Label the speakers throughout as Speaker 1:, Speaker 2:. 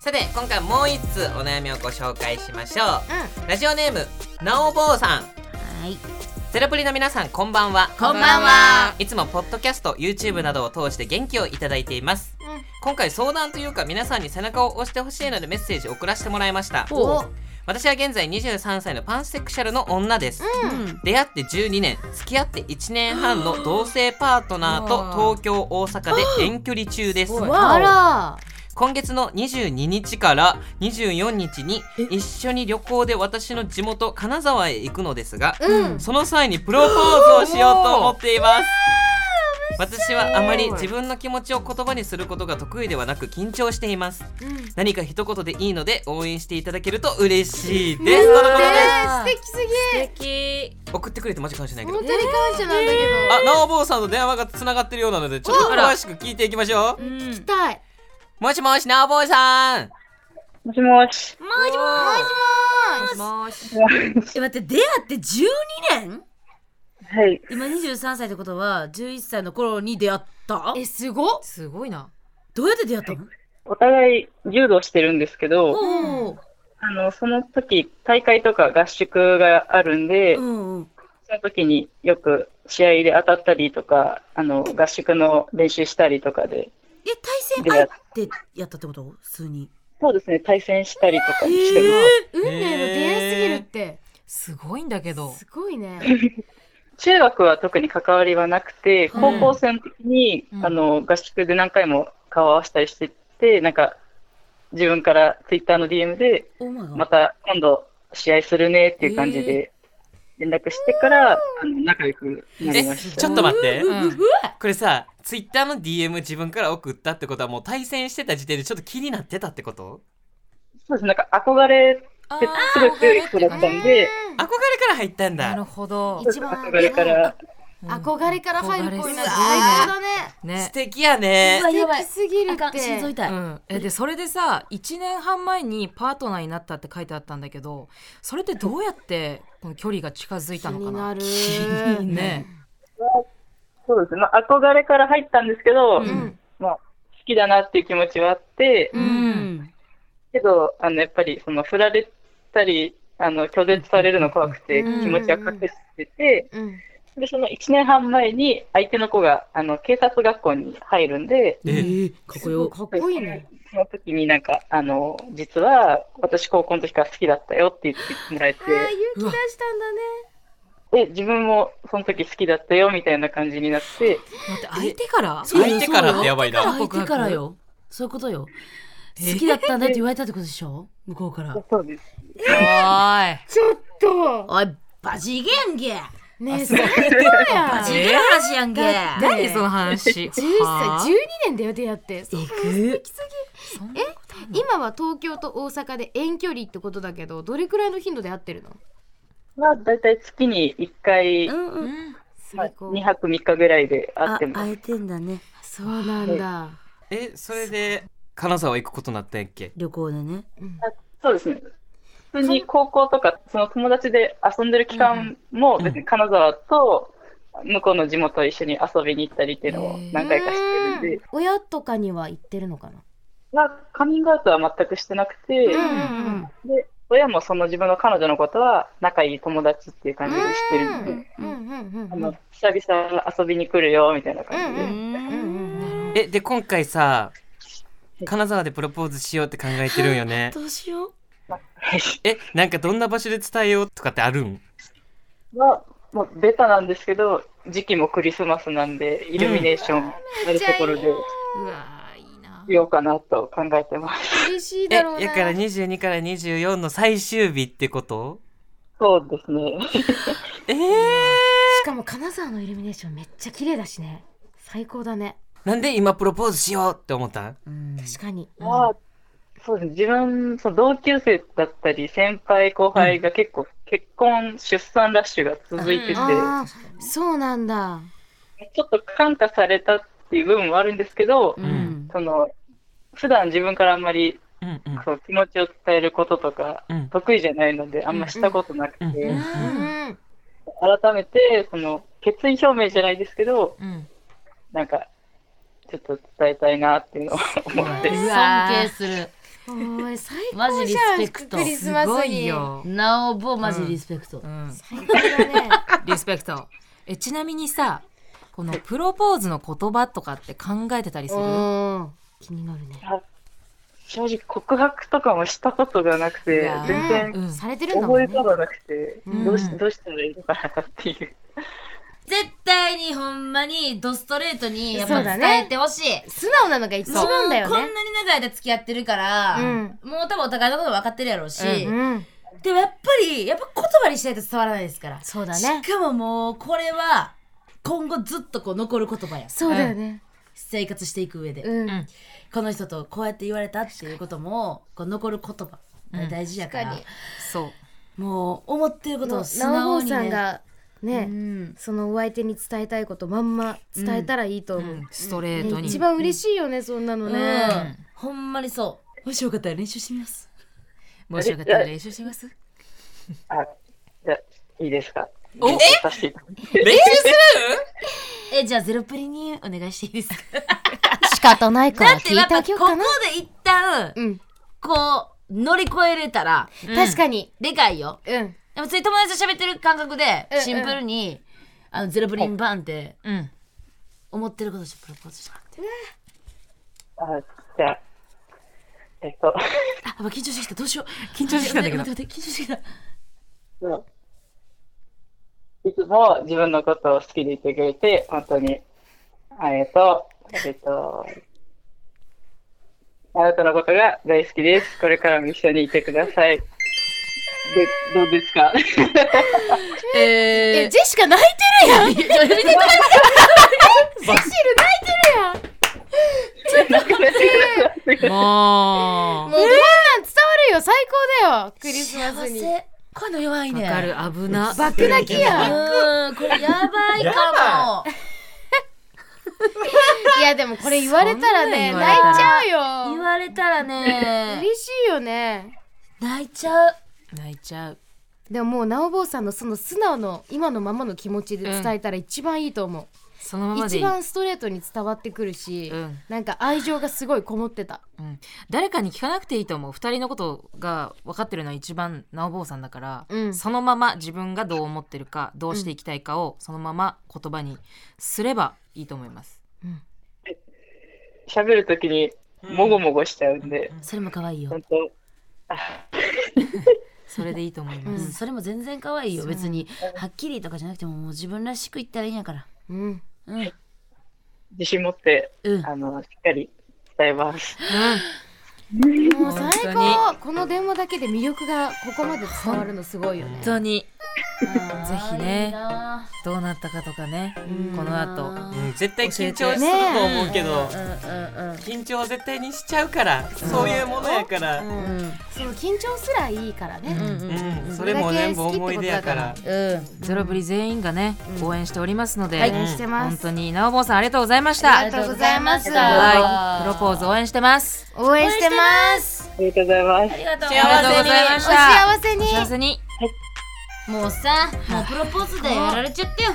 Speaker 1: さて今回もう一つお悩みをご紹介しましょう
Speaker 2: うん
Speaker 1: ラジオネームなお坊さん
Speaker 2: はい
Speaker 1: ゼロプリの皆さんこんばんは
Speaker 2: こんばんはい
Speaker 1: つもポッドキャスト YouTube などを通して元気をいただいています
Speaker 2: うん
Speaker 1: 今回相談というか皆さんに背中を押してほしいのでメッセージを送らせてもらいました
Speaker 2: お
Speaker 1: 私は現在23歳のパンセクシャルの女です、
Speaker 2: うん
Speaker 1: 出会って12年付き合って1年半の同性パートナーと東京大阪で遠距離中です
Speaker 3: すごい
Speaker 2: あら
Speaker 1: 今月の22日から24日に一緒に旅行で私の地元金沢へ行くのですが
Speaker 2: うん
Speaker 1: その際にプロポーズをしようと思っています私はあまり自分の気持ちを言葉にすることが得意ではなく緊張しています
Speaker 2: うん
Speaker 1: 何か一言でいいので応援していただけると嬉しいですとのことです
Speaker 2: 素敵すぎ
Speaker 3: 素敵
Speaker 1: 送ってくれてマジ感謝ないけ
Speaker 2: 本
Speaker 1: ど
Speaker 2: 当に感謝なんだけど
Speaker 1: あ、なお坊さんと電話がつながってるようなのでちょっと詳しく聞いていきましょう
Speaker 3: うん
Speaker 2: 行きたい
Speaker 1: もしもしなお坊さん
Speaker 4: もしもし。
Speaker 3: もしも
Speaker 2: あ
Speaker 3: しもし
Speaker 4: は
Speaker 3: え待って出会って12年
Speaker 4: い。
Speaker 3: 今23歳ってことは11歳の頃に出会った
Speaker 2: えすごっ
Speaker 3: すごいなどうやって出会ったの
Speaker 4: お互い柔道してるんですけど、
Speaker 3: おお
Speaker 4: あの、その時、大会とか合宿があるんで、
Speaker 3: うんうん
Speaker 4: その時によく試合で当たったりとか、あの、合宿の練習したりとかで、
Speaker 3: え対戦相手やったってこと普通に
Speaker 4: そうですね、対戦したりとか
Speaker 3: え
Speaker 4: してます。
Speaker 2: 運命の出会いすぎるって
Speaker 5: すごいんだけど。
Speaker 2: すごいね
Speaker 4: 中学は特に関わりはなくて、高校生の時に、
Speaker 5: うん
Speaker 4: あの、合宿で何回も顔を合わせたりしてて、なんか、自分からツイッターの DM で、
Speaker 3: オーマイガー
Speaker 4: また今度試合するねっていう感じで連絡してから、あの仲良くなり
Speaker 1: え
Speaker 4: まし
Speaker 1: ち
Speaker 4: た。
Speaker 1: ょっと待って
Speaker 5: うん
Speaker 1: これさツイッターの DM 自分から送ったってことはもう対戦してた時点でちょっと気になってたってこと
Speaker 4: そうですなんか憧れってすごい強い人だったんで、
Speaker 1: 憧れから入ったん
Speaker 5: なる
Speaker 1: だ
Speaker 5: ほど。
Speaker 2: 一番
Speaker 4: 憧れから、
Speaker 5: うん
Speaker 2: 憧れから入る恋なんて
Speaker 5: 憧れすごい
Speaker 2: 最高だね
Speaker 1: 素
Speaker 5: ね。
Speaker 1: 敵やね
Speaker 5: うわや
Speaker 2: 素
Speaker 5: ば
Speaker 2: 敵
Speaker 5: い。
Speaker 2: すぎる
Speaker 3: あか
Speaker 2: っ
Speaker 3: ん心臓
Speaker 2: て
Speaker 3: 痛い、
Speaker 5: うん、えでそれでさ1年半前にパートナーになったって書いてあったんだけどそれってどうやってこの距離が近づい
Speaker 2: 気
Speaker 5: たのか
Speaker 2: にな
Speaker 5: な
Speaker 2: る
Speaker 5: ね
Speaker 4: そうですね、まあ、憧れから入ったんですけど、
Speaker 5: う
Speaker 2: うんん
Speaker 4: まあ、好きだなっていう気持ちはあって、
Speaker 2: う
Speaker 5: うんん
Speaker 4: けど、あのやっぱりその振られたり、あの拒絶されるの怖くて気
Speaker 2: うん
Speaker 4: 持ちは隠してて、
Speaker 2: うん
Speaker 4: でその1年半前に相手の子があの警察学校に入るんで、
Speaker 1: え
Speaker 5: ー、かっこよ
Speaker 2: かっこいいね
Speaker 4: その時になんか、あの、実は、私高校の時から好きだったよって言ってもらえて
Speaker 2: あ、ー勇気出したんだね
Speaker 4: で、自分もその時好きだったよみたいな感じになって、
Speaker 5: 待って相手から
Speaker 3: そう
Speaker 1: 相手からってやばいな
Speaker 5: そうよ
Speaker 3: 相手からよそういうことよ好きだったんだって言われたってことでしょ向こうから
Speaker 4: そうです。
Speaker 5: おい
Speaker 2: ちょっと
Speaker 3: おいバジいけやんけ
Speaker 2: ねえ最高や
Speaker 3: バ
Speaker 2: ん
Speaker 3: ジいけの話やんけ
Speaker 2: だって
Speaker 5: 何そ の話
Speaker 2: 11歳
Speaker 5: は
Speaker 2: 12年だよ出会って
Speaker 3: えぐ
Speaker 5: そんなことあんの
Speaker 2: 今は東京と大阪で遠距離ってことだけどどれくらいの頻度で会ってるの
Speaker 4: まあ、だいたい月に1回、
Speaker 3: うんう
Speaker 5: うんん
Speaker 4: まあ、
Speaker 2: 最高
Speaker 4: 2泊3日ぐらいで会っ
Speaker 3: あ
Speaker 4: てます。
Speaker 3: 会えてんだね
Speaker 2: そうなんだ
Speaker 1: えそれで金沢行くことになったんやっけ
Speaker 3: 旅行でね
Speaker 2: うん
Speaker 4: そうですね。普通に高校とか、その友達で遊んでる期間も、
Speaker 1: うん
Speaker 4: 別に金沢と、向こうの地元一緒に遊びに行ったりっていうのを何回かしてるんで、
Speaker 2: うん親とかには行ってるのかな
Speaker 4: まあ、カミングアウトは全くしてなくて、
Speaker 2: うん
Speaker 4: で、親もその自分の彼女のことは仲いい友達っていう感じで知ってるんで、
Speaker 2: うんうんうん
Speaker 4: あ
Speaker 2: うん
Speaker 4: の久々遊びに来るよみたいな
Speaker 2: うん
Speaker 4: 感じ
Speaker 2: うんう
Speaker 4: で、
Speaker 2: んうん
Speaker 1: えで今回さ金沢でプロポーズしようって考えてるんよね
Speaker 3: どうしよう
Speaker 1: えなんかどんな場所で伝えようとかってあるん
Speaker 4: はもうベタなんですけど、時期もクリスマスなんで、イルミネーションあるところで
Speaker 5: うわーいいな
Speaker 4: しようかなと考えてます。
Speaker 2: 嬉しい
Speaker 1: え
Speaker 2: だろうな
Speaker 1: やから22から24の最終日ってこと
Speaker 4: そうですね。
Speaker 1: えー、
Speaker 2: しかも金沢のイルミネーションめっちゃ綺麗だしね最高だね
Speaker 1: なんで今プロポーズしようって思ったん
Speaker 2: 確かに
Speaker 4: まあそうですね、自分、その同級生だったり、先輩、後輩が結構、結婚、出産ラッシュが続いてて、
Speaker 2: ああそうなんだ
Speaker 4: ちょっと感化されたっていう部分もあるんですけど、
Speaker 3: うんん
Speaker 4: その普段自分からあんまり
Speaker 1: うんうん
Speaker 4: そう気持ちを伝えることとか
Speaker 1: うん
Speaker 4: 得意じゃないのであんましたことなくて、
Speaker 1: うんうん
Speaker 2: うん
Speaker 4: 改めてその決意表明じゃないですけど
Speaker 5: うん
Speaker 4: なんかちょっと伝えたいなっていうのを 思って
Speaker 5: わ
Speaker 3: 尊敬
Speaker 5: ー
Speaker 3: する
Speaker 2: おい最
Speaker 3: マ
Speaker 2: 高
Speaker 3: ジリ
Speaker 2: じ
Speaker 3: ス
Speaker 2: ゃ
Speaker 3: ペク
Speaker 2: ん
Speaker 3: ト
Speaker 2: クリスマス
Speaker 5: すごい
Speaker 2: に
Speaker 5: よ、
Speaker 3: なおぼマジリスペクト、
Speaker 5: うん、
Speaker 2: 最高だね
Speaker 5: リスペクトえちなみにさこのプロポーズの言葉とかって考えてたりする
Speaker 2: うん気になるね
Speaker 4: 正直告白とかもしたことがなく
Speaker 5: い
Speaker 4: て
Speaker 5: や、ー
Speaker 4: 全然
Speaker 5: うん
Speaker 2: されてるんだもん
Speaker 4: 覚え
Speaker 2: ね
Speaker 4: たがなくて、
Speaker 5: うん
Speaker 4: どうしどうしたらいいのかなっていう。
Speaker 3: 絶対にほんまにドストレートにやっ
Speaker 2: そ
Speaker 3: ぱ
Speaker 2: うだね
Speaker 3: 伝えてほしい、
Speaker 2: 素直なのが一番だよ
Speaker 3: もうこ
Speaker 2: ね
Speaker 3: んなに長い間付き合ってるから、
Speaker 2: うん
Speaker 3: もう多分お互いのこと分かってるやろうし、
Speaker 2: うん
Speaker 3: でもやっぱりやっぱ言葉にしないと伝わらないですから、
Speaker 2: そうだね
Speaker 3: しかももうこれは今後ずっとこう残る言葉や
Speaker 2: そうだよね
Speaker 3: 生活していく上で、
Speaker 2: うん
Speaker 5: うん
Speaker 3: この人とこうやって言われたっていうこともこう残る言葉が大事やから、
Speaker 2: 確か
Speaker 5: そう
Speaker 3: もう思ってることを素
Speaker 2: なお
Speaker 3: 直
Speaker 2: 坊
Speaker 3: に
Speaker 2: さん
Speaker 3: ね
Speaker 2: が
Speaker 3: う
Speaker 2: ね
Speaker 3: ん、
Speaker 2: そのお相手に伝えたいことまんま伝えたらいいと
Speaker 5: う、
Speaker 2: 思うん
Speaker 5: ストレート
Speaker 2: ね
Speaker 5: に
Speaker 2: 一番嬉しいよねそんなの
Speaker 3: う
Speaker 2: ね
Speaker 3: んほんまにそうもしよかったら練習してみます
Speaker 5: もしよかったら練習します
Speaker 4: あ、じゃあいいですか。
Speaker 1: お
Speaker 4: 練習させていただきます
Speaker 1: 練習する
Speaker 3: えじゃあゼロプリにお願いしていい ですか
Speaker 2: 仕方ないか
Speaker 3: だってやっぱここで一旦
Speaker 2: うん
Speaker 3: こう乗り越えれたら
Speaker 2: 確かに
Speaker 3: でかいよ
Speaker 2: うん
Speaker 3: でも普通に友達と喋ってる感覚で
Speaker 2: うんうん
Speaker 3: シンプルにあのゼロプリンバンって
Speaker 5: うん
Speaker 3: 思ってることしてプロポーズしたって
Speaker 4: あ、じゃあ、えっと、
Speaker 3: あやっぱ緊張してきたどうしよう緊
Speaker 5: 張してきたんだけど
Speaker 3: 待って待って緊張してきた
Speaker 4: いつも自分のことを好きでいてくれて、本当に、あえっと、えっと、あなたのことが大好きです。これからも一緒にいてください。で、どうですか
Speaker 2: え
Speaker 5: え
Speaker 2: ジェシカ泣いてるやんジェシカ泣いてるやんもう
Speaker 5: ー、もう
Speaker 2: こんなん伝わるよ最高だよクリスマスに
Speaker 3: 幸せこういうの弱いね
Speaker 5: わかる危な
Speaker 2: 爆泣きや
Speaker 3: うんこれやば いかも
Speaker 2: いやでもこれ言われたらね
Speaker 5: そんなん
Speaker 2: 泣い
Speaker 5: 言われた
Speaker 2: ちゃうよ
Speaker 3: 言われたら
Speaker 5: ら
Speaker 3: ね
Speaker 2: 嬉しいよね
Speaker 3: 泣いちゃう
Speaker 5: 泣いちゃう
Speaker 2: でももうなお坊さんのその素直の今のままの気持ちで伝えたら一番いいと思
Speaker 5: その
Speaker 2: う、
Speaker 5: ままで
Speaker 2: 一
Speaker 5: いい、
Speaker 2: 番ストレートに伝わってくるし、
Speaker 5: うん
Speaker 2: なんか愛情がすごいこもってた
Speaker 5: うん、誰かに聞かなくていいと思う二人のことが分かってるのは一番なお坊さんだから、
Speaker 2: うん
Speaker 5: そのまま自分がどう思ってるかどうしていきたいかをそのまま言葉にすればいいと思います
Speaker 4: 喋るときに、もごもごしちゃうんで、
Speaker 3: それも可愛いよ
Speaker 4: 本当、
Speaker 5: それでいいと思いま
Speaker 3: うん
Speaker 5: す、
Speaker 3: それも全然可愛いよ別にはっきりとかじゃなくてももう自分らしく言ったらいいんやから
Speaker 2: うん
Speaker 3: うん
Speaker 4: 自信持って、
Speaker 3: うん
Speaker 4: あの、しっかり伝えます。
Speaker 2: もう最
Speaker 5: 本当
Speaker 2: 高この電話だけで魅力がここまで伝わるのすごいよね
Speaker 5: 本当に
Speaker 3: ぜ
Speaker 5: ひねどうなったかとかね、
Speaker 2: ん
Speaker 5: この後
Speaker 1: うん絶対緊
Speaker 5: 教
Speaker 1: 張
Speaker 5: えて
Speaker 1: すると思うけど、
Speaker 3: うんうん
Speaker 1: 緊張は絶対にしちゃうから、そういうものやから、うん
Speaker 3: うん
Speaker 2: その緊張すらいいからね、
Speaker 3: うんうん
Speaker 1: それも全部思い出やから。
Speaker 3: うん
Speaker 5: ゼロブリ全員がね、応援しておりますので、
Speaker 2: 応援してま
Speaker 5: 本
Speaker 2: す、
Speaker 5: 当になお坊さんありがとうございまし
Speaker 2: あ
Speaker 5: た
Speaker 2: りがとうございます
Speaker 5: はい、プロポーズ応援してます
Speaker 2: 応援してます
Speaker 4: ありがとうございます。
Speaker 3: ありがとう
Speaker 5: ありがとうございま
Speaker 2: お
Speaker 5: した
Speaker 2: 幸せに
Speaker 5: お幸せに
Speaker 3: もうさもうプロポーズでやられちゃったよ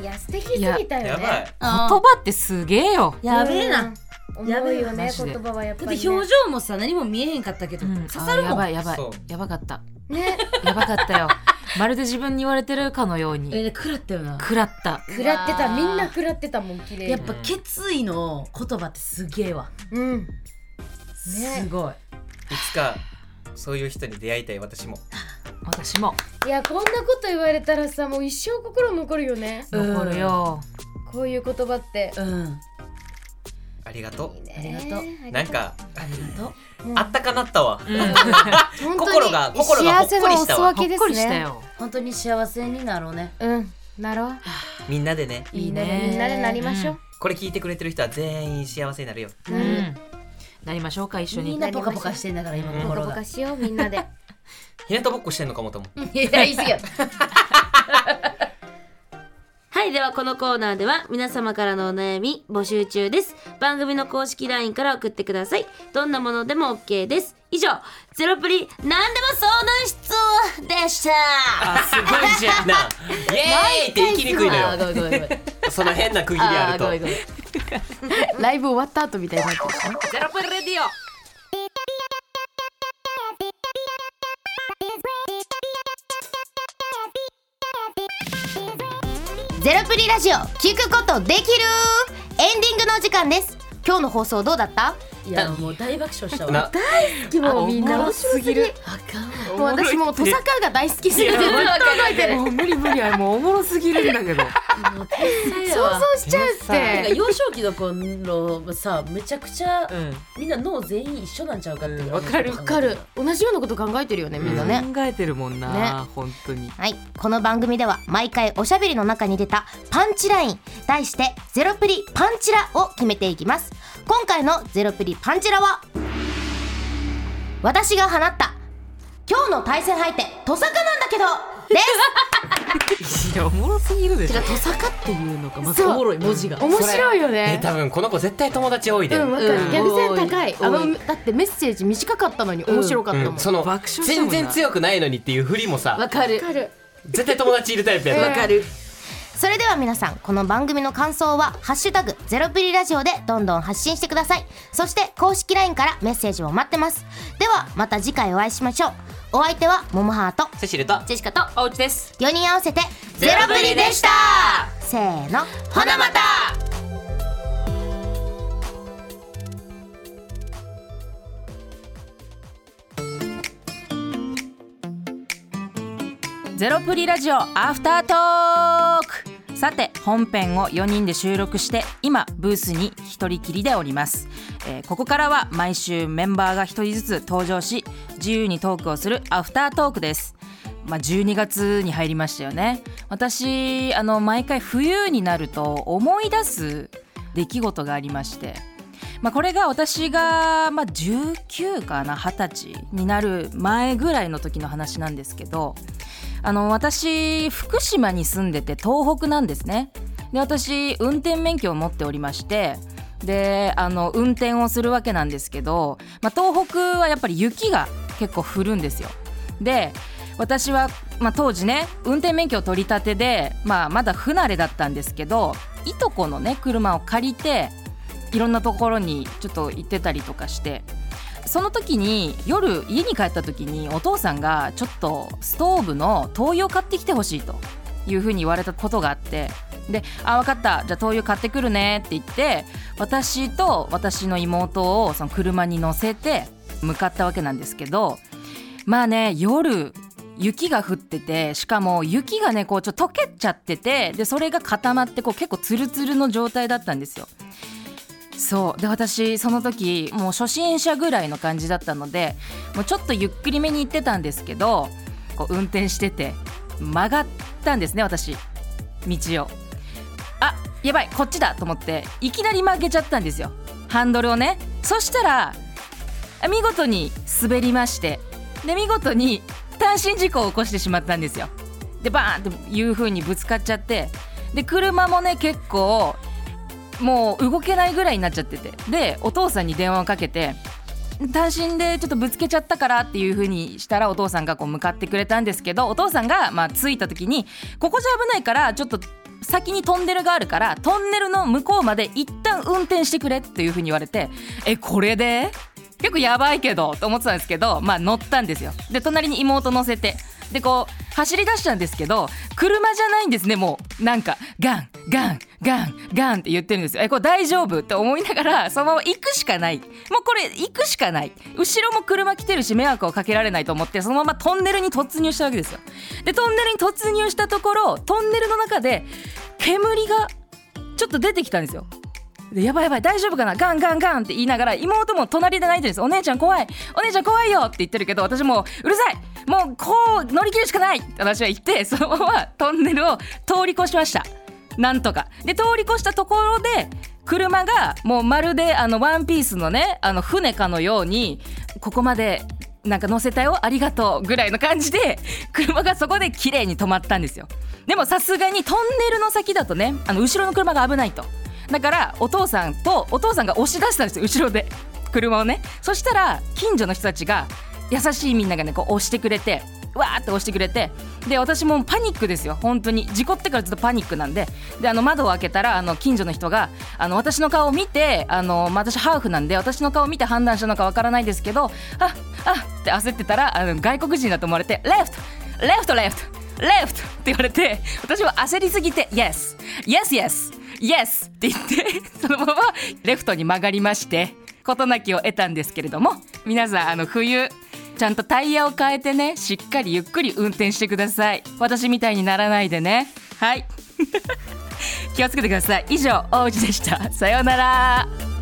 Speaker 2: いや素敵すぎたよ
Speaker 1: やばい
Speaker 2: ね。
Speaker 1: う
Speaker 5: 言葉ってすげえよ、
Speaker 3: やべえな
Speaker 2: うん重いよ
Speaker 5: やべえ
Speaker 2: ね
Speaker 5: な
Speaker 2: 言葉はやっぱ
Speaker 3: だ
Speaker 2: り、
Speaker 3: っ
Speaker 2: ね、
Speaker 3: て表情もさ何も見えへんかったけど刺さる
Speaker 5: あや
Speaker 3: もん
Speaker 5: ばいやばい
Speaker 1: そう
Speaker 5: やばかった
Speaker 2: ね
Speaker 5: やばかったよまるで自分に言われてるかのように
Speaker 3: え食らったよな
Speaker 5: 食らった
Speaker 2: 食らって
Speaker 3: う
Speaker 2: た
Speaker 3: わ
Speaker 2: み
Speaker 3: ー
Speaker 2: んな食らってたもん綺麗
Speaker 3: やっ
Speaker 2: に
Speaker 3: ぱ決意の言葉ってすげえわ
Speaker 2: うん
Speaker 3: すごい
Speaker 1: つかそういう人に出会いたい私も。
Speaker 5: 私も
Speaker 2: いやこんなこと言われたらさもう一生心残るよね
Speaker 3: うん
Speaker 5: 残るよ、
Speaker 2: こういう言葉って
Speaker 3: うん
Speaker 1: ありがとう。
Speaker 2: ありが
Speaker 3: とう
Speaker 1: なんか
Speaker 3: ありがとう
Speaker 1: あったかなったわ。
Speaker 2: 本
Speaker 1: 心が心がほっこりしたわ
Speaker 2: 幸せのお裾分
Speaker 5: ほっ
Speaker 2: けで
Speaker 5: こ
Speaker 2: す
Speaker 5: りした
Speaker 2: ね
Speaker 5: よ
Speaker 3: 本当に幸せになろうね
Speaker 2: うんなろう
Speaker 1: みんなでね。
Speaker 2: い
Speaker 5: い
Speaker 2: い
Speaker 5: い
Speaker 2: ね
Speaker 5: ね
Speaker 2: みんなでなりましょう、
Speaker 1: これ聞いてくれてる人は全員幸せになるよ。
Speaker 5: うん、なりましょうか一緒に
Speaker 3: みんなポカポカしてんだから今
Speaker 1: うん
Speaker 2: ボカ
Speaker 3: 心
Speaker 2: ボ
Speaker 3: が
Speaker 2: カしようみんなで
Speaker 1: ひなたぼっこしてんのかもとも。
Speaker 3: いや言い過ぎやはいではこのコーナーでは皆様からのお悩み募集中です番組の公式 LINE から送ってくださいどんなものでも OK です以上ゼロプリ何でも相談室でした
Speaker 1: あすごいじゃん。なあイエーイって言いきにくいの
Speaker 3: あー
Speaker 1: よ。
Speaker 3: ごめんごめんごめん
Speaker 1: その変な区切りあ
Speaker 3: あ
Speaker 1: る
Speaker 3: ーご
Speaker 1: と
Speaker 3: めん。ごめん
Speaker 2: ライブ終わった後みたいになってる
Speaker 5: ゼロプリレディオ
Speaker 2: ゼロプリラジオ聞くことできるエンディングのお時間です今日の放送どうだった
Speaker 6: いやもう大爆笑したわ
Speaker 1: な
Speaker 2: もうみんな
Speaker 6: 面白すぎる
Speaker 2: もう私もう土佐川が大好きすぎてずっと考えてる
Speaker 5: もう無理無理あれもうおもろすぎるんだけど
Speaker 6: 想
Speaker 2: 想像しちゃうっ
Speaker 6: なんか
Speaker 2: て
Speaker 6: 幼少期の子のさめちゃくちゃ
Speaker 1: うん
Speaker 6: みんな脳全員一緒なんちゃうかって
Speaker 1: うんわかる
Speaker 2: わかる同じようなこと考えてるよねみんなね、
Speaker 5: 考えてるもんな、本当に
Speaker 2: はいこの番組では毎回おしゃべりの中に出たパンチライン題して「ゼロプリパンチラ」を決めていきます今回の「ゼロプリパンチラは」私が放った今日の対戦相手トサカなん だけどです
Speaker 5: いやおもろすぎるで
Speaker 6: て
Speaker 5: しょ
Speaker 6: かトサカっていうのがまず
Speaker 2: そう
Speaker 6: おもろい文字が
Speaker 2: 面白いよ
Speaker 1: え
Speaker 2: ね
Speaker 1: 多分この子絶対友達多いで、
Speaker 2: うん、わかる
Speaker 6: うん
Speaker 2: ギャグ線高い
Speaker 6: 多い
Speaker 2: あのだってメッセージ短かったのに面白かったもん、
Speaker 1: うんその
Speaker 5: 爆笑したもん
Speaker 1: 全然
Speaker 5: な
Speaker 1: 強くないのにっていうふりも
Speaker 6: わ
Speaker 1: さ
Speaker 6: かる
Speaker 2: わかる
Speaker 1: 絶対友達いるタイプや
Speaker 2: うん
Speaker 1: な、
Speaker 6: わかる
Speaker 2: それでは皆さんこの番組の感想は「ハッシュタグゼロプリラジオ」でどんどん発信してくださいそして公式 LINE からメッセージを待ってますではまた次回お会いしましょうお相手はモモハート
Speaker 1: セシルと
Speaker 3: ジェシカとおうちです
Speaker 2: 4人合わせてゼロプリでしたせーのほなまた
Speaker 5: ゼロプリラジオアフタートークさて本編を4人で収録して今ブースに一人きりでおります、えーここからは毎週メンバーが一人ずつ登場し自由にトークをするアフタートークですまあ、12月に入りましたよね私あの毎回冬になると思い出す出来事がありましてまあ、これが私が、まあ、19かな20歳になる前ぐらいの時の話なんですけどあの私福島に住んでて東北なんですねで私運転免許を持っておりましてであの運転をするわけなんですけど、まあ、東北はやっぱり雪が結構降るんですよで私は、まあ、当時ね運転免許を取り立てで、まあ、まだ不慣れだったんですけどいとこのね車を借りていろんなところにちょっと行ってたりとかしてその時に夜家に帰った時にお父さんがちょっとストーブの灯油を買ってきてほしいというふうに言われたことがあってで「あ分かったじゃあ灯油買ってくるね」って言って私と私の妹をその車に乗せて向かったわけなんですけどまあね夜雪が降っててしかも雪がねこうちょっと溶けちゃっててでそれが固まってこう結構ツルツルの状態だったんですよ。そうで私その時もう初心者ぐらいの感じだったのでもうちょっとゆっくりめに行ってたんですけどこう運転してて曲がったんですね私道をあやばいこっちだと思っていきなり曲げちゃったんですよハンドルをねそしたらあ見事に滑りましてで見事に単身事故を起こしてしまったんですよでバーンっていう風にぶつかっちゃってで車もね結構もう動けないぐらいになっちゃっててでお父さんに電話をかけて単身でちょっとぶつけちゃったからっていう風にしたらお父さんがこう向かってくれたんですけどお父さんがまあ着いた時にここじゃ危ないからちょっと先にトンネルがあるからトンネルの向こうまで一旦運転してくれっていう風に言われてえこれで結構やばいけどと思ってたんですけどまあ乗ったんですよで隣に妹乗せてでこう走り出したんですけど車じゃないんですねもうなんかガンガンガンガンって言ってるんですよえこれ大丈夫って思いながらそのまま行くしかないもうこれ行くしかない後ろも車来てるし迷惑をかけられないと思ってそのままトンネルに突入したわけですよでトンネルに突入したところトンネルの中で煙がちょっと出てきたんですよでやばいやばい大丈夫かなガンガンガンって言いながら妹も隣で泣いてるんですお姉ちゃん怖いお姉ちゃん怖いよって言ってるけど私もううるさいもうこう乗り切るしかないって私は言ってそのままトンネルを通り越しましたなんとかで通り越したところで車がもうまるであのワンピースのねあの船かのようにここまでなんか乗せたよありがとうぐらいの感じで車がそこで綺麗に止まったんですよでもさすがにトンネルの先だとねあの後ろの車が危ないとだからお父さんとお父さんが押し出したんですよ後ろで車をねそしたら近所の人たちが優しいみんながねこう押してくれてわーって押してくれてで私もうパニックですよ本当に事故ってからずっとパニックなんでであの窓を開けたらあの近所の人があの私の顔を見てあの、まあ、私ハーフなんで私の顔を見て判断したのかわからないですけどああって焦ってたらあの外国人だと思われて「レフトレフトレフトレフトって言われて私は焦りすぎて Yes Yes Yes Yes って言って そのままレフトに曲がりまして事なきを得たんですけれども皆さんあの冬ちゃんとタイヤを変えてねしっかりゆっくり運転してください私みたいにならない でねはい気をつけてください以上王子でしたさようなら